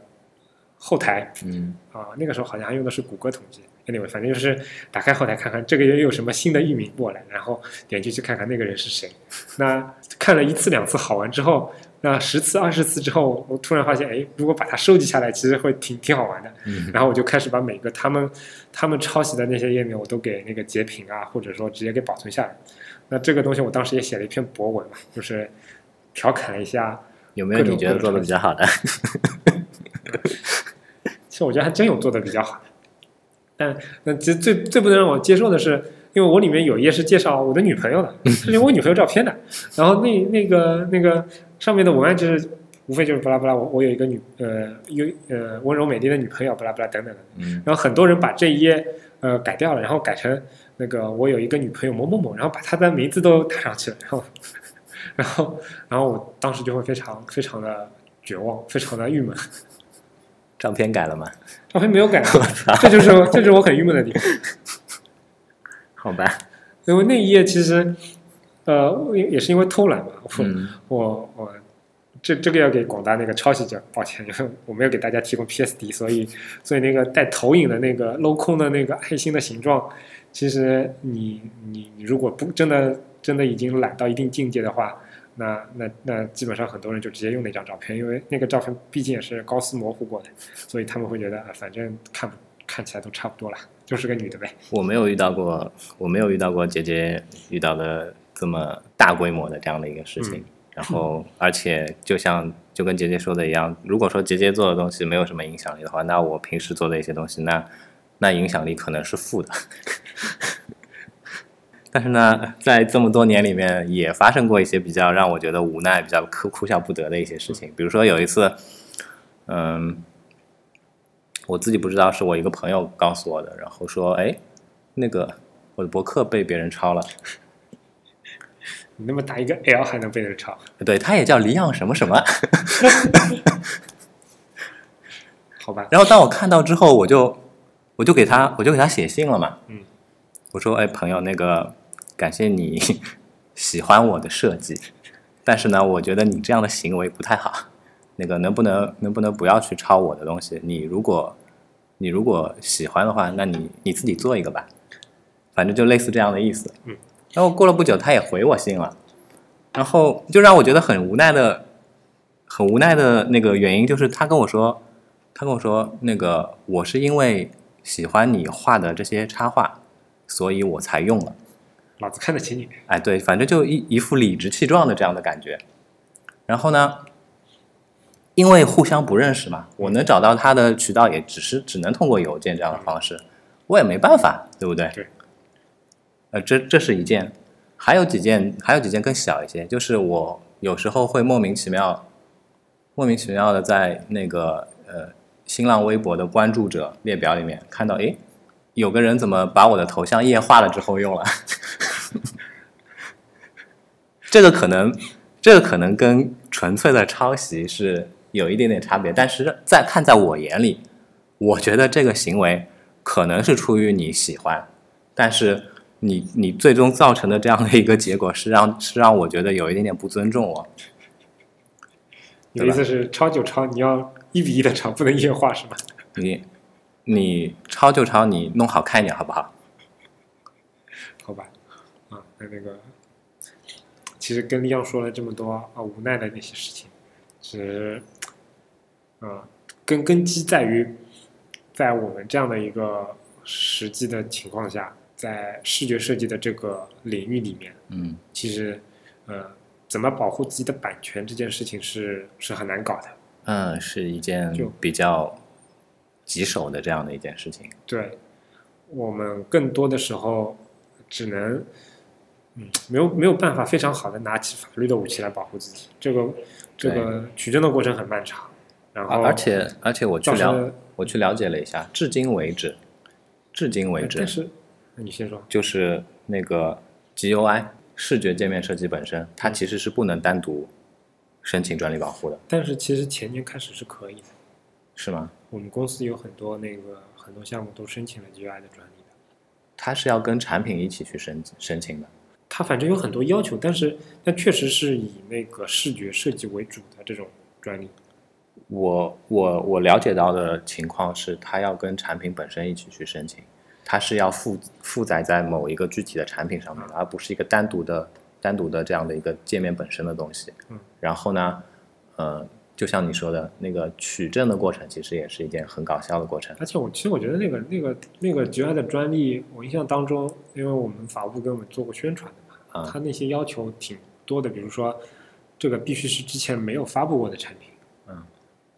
A: 后台
B: 嗯
A: 啊，那个时候好像还用的是谷歌统计。anyway，反正就是打开后台看看这个月有什么新的域名过来，然后点进去看看那个人是谁。那看了一次两次好玩之后，那十次二十次之后，我突然发现，哎，如果把它收集下来，其实会挺挺好玩的。
B: 嗯
A: 然后我就开始把每个他们他们抄袭的那些页面，我都给那个截屏啊，或者说直接给保存下来。那这个东西我当时也写了一篇博文嘛，就是调侃了一下。
B: 有没有你觉得做的比较好的？ [LAUGHS]
A: 其实我觉得还真有做的比较好的。但那其实最最不能让我接受的是，因为我里面有一页是介绍我的女朋友的，是有我女朋友照片的。然后那那个那个上面的文案就是无非就是巴拉巴拉，我我有一个女呃有呃温柔美丽的女朋友，巴拉巴拉等等的。
B: 嗯
A: 然后很多人把这一页呃改掉了，然后改成那个我有一个女朋友某某某，然后把她的名字都打上去了，然后 [LAUGHS] 然后然后我当时就会非常非常的绝望，非常的郁闷。
B: 照片改了吗？
A: 照片没有改啊，这就是这就是我很郁闷的地方。
B: 好吧，
A: 因为那一页其实，呃，也也是因为偷懒嘛，我、
B: 嗯
A: 我我这这个要给广大那个抄袭者抱歉，因 [LAUGHS] 为我没有给大家提供 PSD，所以所以那个带投影的那个镂空的那个爱心的形状，其实你你你如果不真的真的已经懒到一定境界的话。那那那基本上很多人就直接用那张照片，因为那个照片毕竟也是高斯模糊过的，所以他们会觉得啊，反正看不看起来都差不多了，就是个女的呗。
B: 我没有遇到过，我没有遇到过姐姐遇到的这么大规模的这样的一个事情。
A: 嗯
B: 然后，而且就像就跟杰杰说的一样，如果说杰杰做的东西没有什么影响力的话，那我平时做的一些东西，那那影响力可能是负的。 [LAUGHS] 但是呢，在这么多年里面，也发生过一些比较让我觉得无奈、比较哭哭笑不得的一些事情。比如说有一次，嗯，我自己不知道，是我一个朋友告诉我的，然后说，哎，那个我的博客被别人抄了，
A: 你那么大一个 L 还能被人抄，
B: 对，他也叫黎昂什么什么。
A: 好吧？
B: 然后当我看到之后，我就我就给他我就给他写信了嘛，
A: 嗯，
B: 我说，哎，朋友，那个感谢你 [LAUGHS] 喜欢我的设计，但是呢，我觉得你这样的行为不太好，那个能不能能不能不要去抄我的东西？你如果你如果喜欢的话，那你你自己做一个吧，反正就类似这样的意思。
A: 嗯，
B: 然后过了不久，他也回我信了，然后就让我觉得很无奈的，很无奈的那个原因就是他跟我说，他跟我说那个我是因为喜欢你画的这些插画，所以我才用了。
A: 老子看得起你，
B: 哎，对，反正就一一副理直气壮的这样的感觉。然后呢，因为互相不认识嘛，我能找到他的渠道也只是只能通过邮件这样的方式，我也没办法，对不对？
A: 对。
B: 呃，这这是一件，还有几件，还有几件更小一些，就是我有时候会莫名其妙，莫名其妙的在那个呃新浪微博的关注者列表里面看到，诶，有个人怎么把我的头像液化了之后用了？这个可能，这个可能跟纯粹的抄袭是有一点点差别，但是在看在我眼里，我觉得这个行为可能是出于你喜欢，但是你你最终造成的这样的一个结果是让是让我觉得有一点点不尊重我。
A: 你的意思是抄就抄，你要一比一的抄，不能液化是吗？
B: 你你抄就抄，你弄好看一点好不好？
A: 好吧，啊，那那个，其实跟利昂说了这么多啊无奈的那些事情，是，啊，根根基在于，在我们这样的一个实际的情况下，在视觉设计的这个领域里面，
B: 嗯
A: 其实，呃，怎么保护自己的版权这件事情是是很难搞的。
B: 嗯，是一件
A: 就
B: 比较棘手的这样的一件事情。
A: 对，我们更多的时候只能，嗯，没有没有办法非常好的拿起法律的武器来保护自己，这个这个取证的过程很漫长，然
B: 而
A: 后
B: 而且而且我去
A: 造成
B: 了
A: 了
B: 我去了解了一下，至今为止，至今为止
A: 呃但是那你先说，
B: 就是那个 GUI 视觉界面设计本身，
A: 嗯
B: 它其实是不能单独申请专利保护的，
A: 但是其实前年开始是可以的，
B: 是吗？
A: 我们公司有很多那个很多项目都申请了 GUI 的专利的，
B: 它是要跟产品一起去申申请的。
A: 它反正有很多要求，但是但确实是以那个视觉设计为主的这种专利，
B: 我我我了解到的情况是，它要跟产品本身一起去申请，它是要附负载在某一个具体的产品上面的，而不是一个单独的单独的这样的一个界面本身的东西。
A: 嗯，
B: 然后呢，呃，就像你说的那个取证的过程，其实也是一件很搞笑的过程。
A: 而且我其实我觉得那个那个那个 GUI 的专利，我印象当中，因为我们法务部给我们做过宣传的嘛，
B: 嗯
A: 它那些要求挺多的，比如说这个必须是之前没有发布过的产品，
B: 嗯，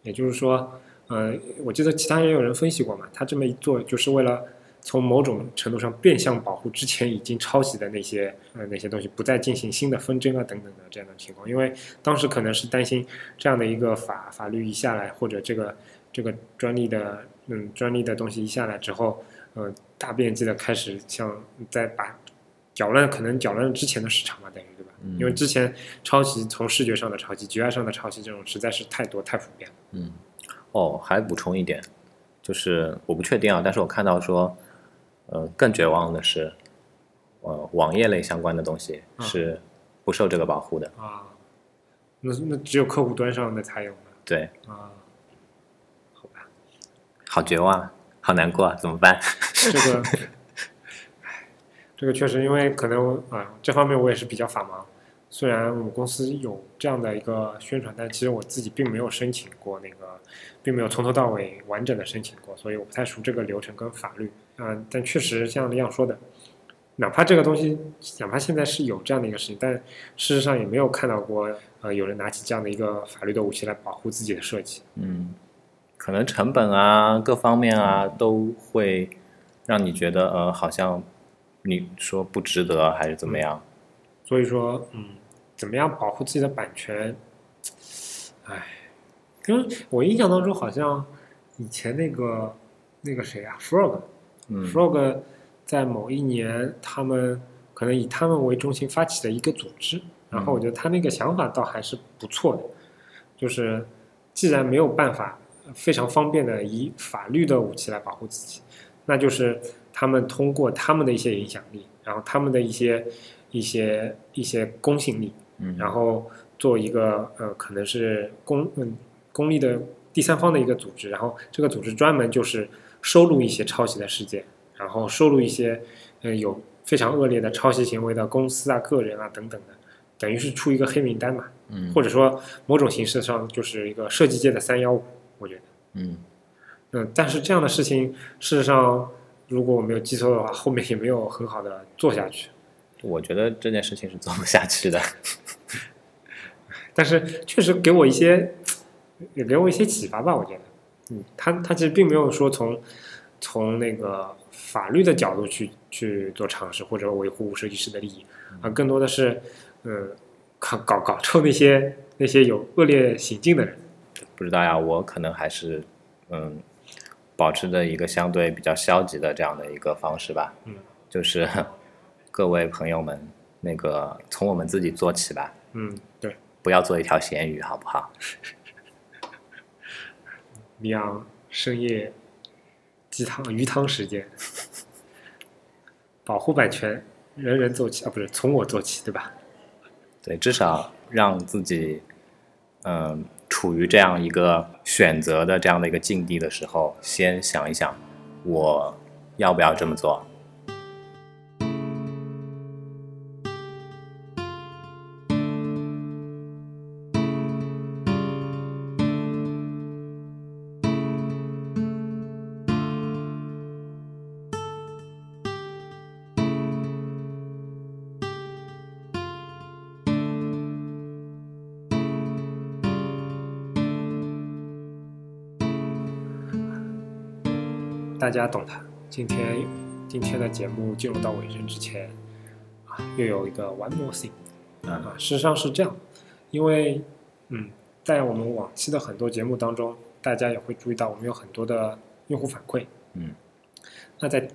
A: 也就是说，呃，我记得其他也有人分析过嘛，他这么一做就是为了从某种程度上变相保护之前已经抄袭的那些呃那些东西，不再进行新的纷争啊等等的这样的情况，因为当时可能是担心这样的一个法法律一下来，或者这个这个专利的嗯专利的东西一下来之后，呃，大面积的开始像在把搅乱可能搅乱之前的市场嘛，等于对吧？
B: 嗯
A: 因为之前抄袭从视觉上的抄袭、局外上的抄袭这种实在是太多太普遍了。
B: 嗯，哦，还补充一点，就是我不确定啊，但是我看到说，呃，更绝望的是，呃，网页类相关的东西
A: 嗯
B: 是不受这个保护的。
A: 啊，那那只有客户端上的才有呢
B: 对，
A: 啊，好吧，
B: 好绝望，啊，好难过，啊，怎么办？ [LAUGHS]
A: 这个，唉这个确实因为可能啊、这方面我也是比较法盲，虽然我们公司有这样的一个宣传，但其实我自己并没有申请过那个，并没有从头到尾完整的申请过，所以我不太熟这个流程跟法律。嗯、但确实像李阳说的。哪怕这个东西，哪怕现在是有这样的一个事情，但事实上也没有看到过，呃，有人拿起这样的一个法律的武器来保护自己的设计。
B: 嗯，可能成本啊，各方面啊，都会让你觉得呃，好像你说不值得啊还是怎么样？
A: 所以说，嗯，怎么样保护自己的版权？哎，因为我印象当中好像以前那个那个谁啊，Frog，Frog、
B: 嗯
A: Frog 在某一年他们可能以他们为中心发起的一个组织，然后我觉得他那个想法倒还是不错的，就是既然没有办法非常方便的以法律的武器来保护自己，那就是他们通过他们的一些影响力，然后他们的一些一些一些公信力，
B: 嗯，
A: 然后做一个呃，可能是公嗯公立的第三方的一个组织，然后这个组织专门就是收录一些抄袭的事件，然后收录一些呃有非常恶劣的抄袭行为的公司啊、个人啊等等的，等于是出一个黑名单嘛，
B: 嗯，
A: 或者
B: 者
A: 说某种形式上就是一个设计界的三幺五，我觉得。
B: 嗯
A: 嗯，但是这样的事情，事实上，如果我没有记错的话，后面也没有很好的做下去。
B: 我觉得这件事情是做不下去的。 [LAUGHS]
A: 但是确实给我一些，也给我一些启发吧。我觉得，嗯，他他其实并没有说从从那个法律的角度去去做尝试或者维护设计师的利益，啊，更多的是，嗯，搞搞搞臭那些那些有恶劣行径的人。
B: 不知道呀，我可能还是嗯，保持着一个相对比较消极的这样的一个方式吧。
A: 嗯，
B: 就是各位朋友们，那个从我们自己做起吧，
A: 嗯，对，
B: 不要做一条咸鱼，好不好？
A: 米昂深夜鸡汤鱼汤时间， [LAUGHS] 保护版权，人人做起啊，不是从我做起，对吧？
B: 对，至少让自己嗯处于这样一个选择的这样的一个境地的时候，先想一想我要不要这么做。
A: 大家懂的。今天今天的节目进入到尾声之前，啊、啊，又有一个 one more thing
B: 嗯
A: 啊，事实上是这样，因为嗯，在我们往期的很多节目当中，大家也会注意到我们有很多的用户反馈，
B: 嗯
A: 那在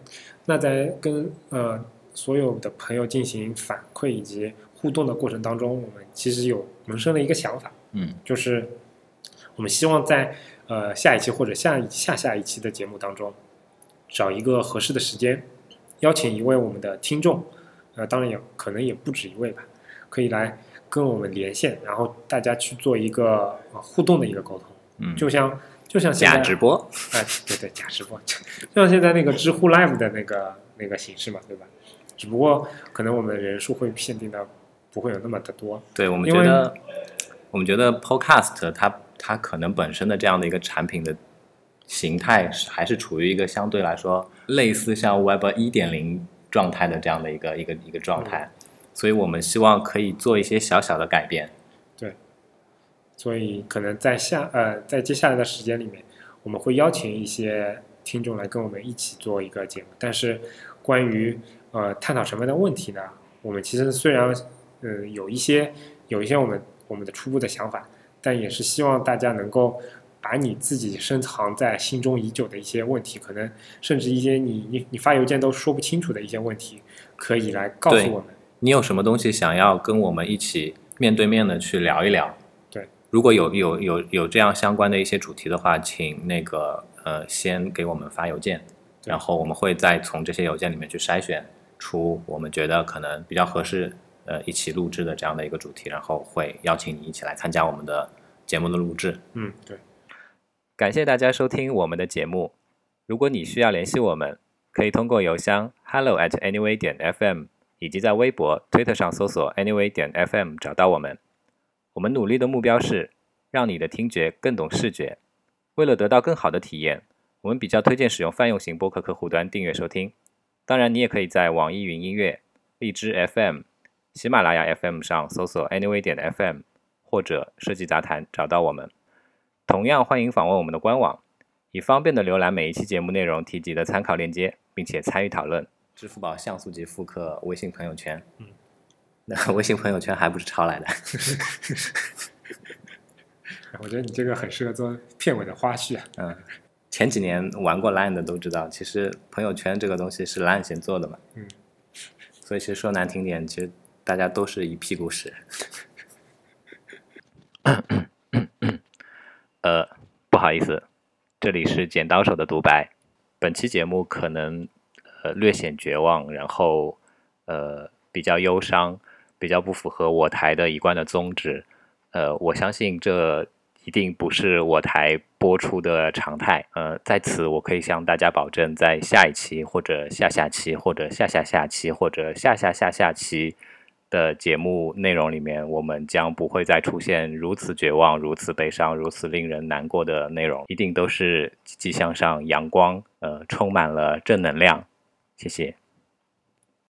A: 那在跟呃所有的朋友进行反馈以及互动的过程当中，我们其实有萌生了一个想法，
B: 嗯
A: 就是我们希望在呃下一期或者下一下下一期的节目当中，找一个合适的时间，邀请一位我们的听众，呃，当然也可能也不止一位吧，可以来跟我们连线，然后大家去做一个、呃互动的一个沟通，
B: 嗯，
A: 就像就像现
B: 假
A: 在
B: 直播，
A: 哎，对对，假直播，就 [LAUGHS] 像现在那个知乎 Live 的那个那个形式嘛，对吧？只不过可能我们人数会限定的不会有那么的多，
B: 对我们
A: 因
B: 觉
A: 为
B: 得，我们觉得 Podcast 它它可能本身的这样的一个产品的形态是还是处于一个相对来说类似像 Web 一点零状态的这样的一个一个一个状态，所以我们希望可以做一些小小的改变。
A: 所以可能在下呃在接下来的时间里面，我们会邀请一些听众来跟我们一起做一个节目。但是关于呃探讨什么样的问题呢？我们其实虽然嗯、呃有一些有一些我们我们的初步的想法，但也是希望大家能够把你自己深藏在心中已久的一些问题，可能甚至一些你你你发邮件都说不清楚的一些问题，可以来告
B: 对
A: 诉我们。
B: 你有什么东西想要跟我们一起面对面的去聊一聊？
A: 对，
B: 如果有有有有这样相关的一些主题的话，请那个呃先给我们发邮件，
A: 对
B: 然后我们会再从这些邮件里面去筛选出我们觉得可能比较合适呃一起录制的这样的一个主题，然后会邀请你一起来参加我们的节目的录制。
A: 嗯，对。
B: 感谢大家收听我们的节目。如果你需要联系我们，可以通过邮箱 hello at anyway 点 fm，以及在微博、推特上搜索 anyway 点 fm 找到我们。我们努力的目标是让你的听觉更懂视觉。为了得到更好的体验，我们比较推荐使用泛用型播客客户端订阅收听。当然，你也可以在网易云音乐、荔枝 FM、喜马拉雅 FM 上搜索 anyway 点 fm 或者设计杂谈找到我们。同样欢迎访问我们的官网，以方便的浏览每一期节目内容提及的参考链接，并且参与讨论。支付宝像素级复刻微信朋友圈，
A: 嗯，
B: 那微信朋友圈还不是抄来的？
A: 哎我觉得你这个很适合做片尾的花絮啊。
B: 嗯，前几年玩过 Line 的都知道，其实朋友圈这个东西是 Line 先做的嘛，
A: 嗯，
B: 所以其实说难听点，其实大家都是一屁股屎。 [COUGHS] 呃，不好意思，这里是剪刀手的独白。本期节目可能呃略显绝望，然后呃比较忧伤，比较不符合我台的一贯的宗旨。呃，我相信这一定不是我台播出的常态。呃，在此我可以向大家保证，在下一期或者下下期或者下下下期或者下下下下期的节目内容里面，我们将不会再出现如此绝望、如此悲伤、如此令人难过的内容，一定都是积极向上、阳光，呃，充满了正能量。谢谢。